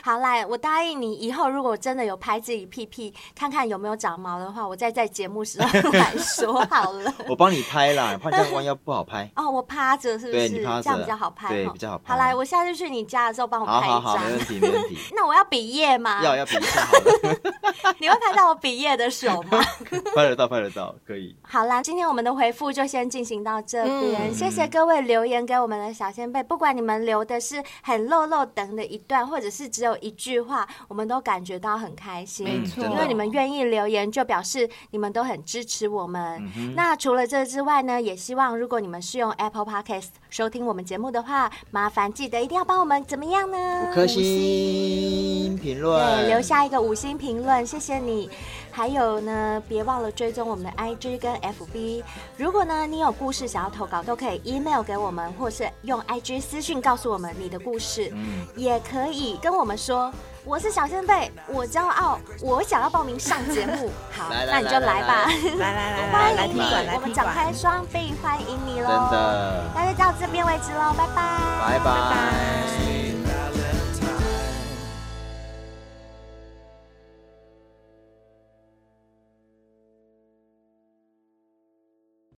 A: 好啦，我答应你，以后如果真的有拍自己屁屁，看看有没有长毛的话，我再在节目时候 来说好了。
C: 我帮你拍啦，怕你这样弯腰不好拍。
A: 哦，我趴着是不
C: 对
A: 是？
C: 你趴着
A: 这样比较好拍哦，
C: 对比较好拍
A: 好啦，我下次去你家的时候帮我
C: 好
A: 拍一
C: 好
A: 张。
C: 好，没问题没问题，
A: 那我要比耶吗？
C: 要要比一下好了，
A: 你会拍到我比耶的手吗？
C: 拍得到拍得到，可以。
A: 好啦，今天我们的回复就先进行到这边，
C: 嗯
A: 谢谢各位留言给我们的小先辈，不管你们留的是很漏漏等的一段，或者是只有一句话，我们都感觉到很开心。
E: 没错
C: 真的
A: 因为你们愿意留言，就表示你们都很支持我们。那除了这之外呢，也希望如果你们是用 Apple Podcast 收听我们节目的话，麻烦记得一定要帮我们怎么样呢？
C: 五颗星评论，
A: 对，留下一个五星评论，谢谢你。还有呢，别忘了追踪我们的 IG 跟 FB。如果呢你有故事想要投稿，都可以 email 给我们，或是用 IG 私讯告诉我们你的故事，
C: 嗯
A: 也可以跟我们说。我是小先辈，我骄傲，我想要报名上节目。好，
C: 来
A: 那
C: 来
A: 你就
C: 来
A: 来
C: 来
A: 吧，
E: 来来来
A: 欢
E: 来来，
A: 迎
E: 踢
A: 你
E: 馆，来，
A: 我们
E: 踢
A: 展
E: 馆。
A: 开双臂，欢迎你
C: 真
A: 喽！
C: 的，
A: 那就到这边为止喽，拜拜。
C: 拜拜。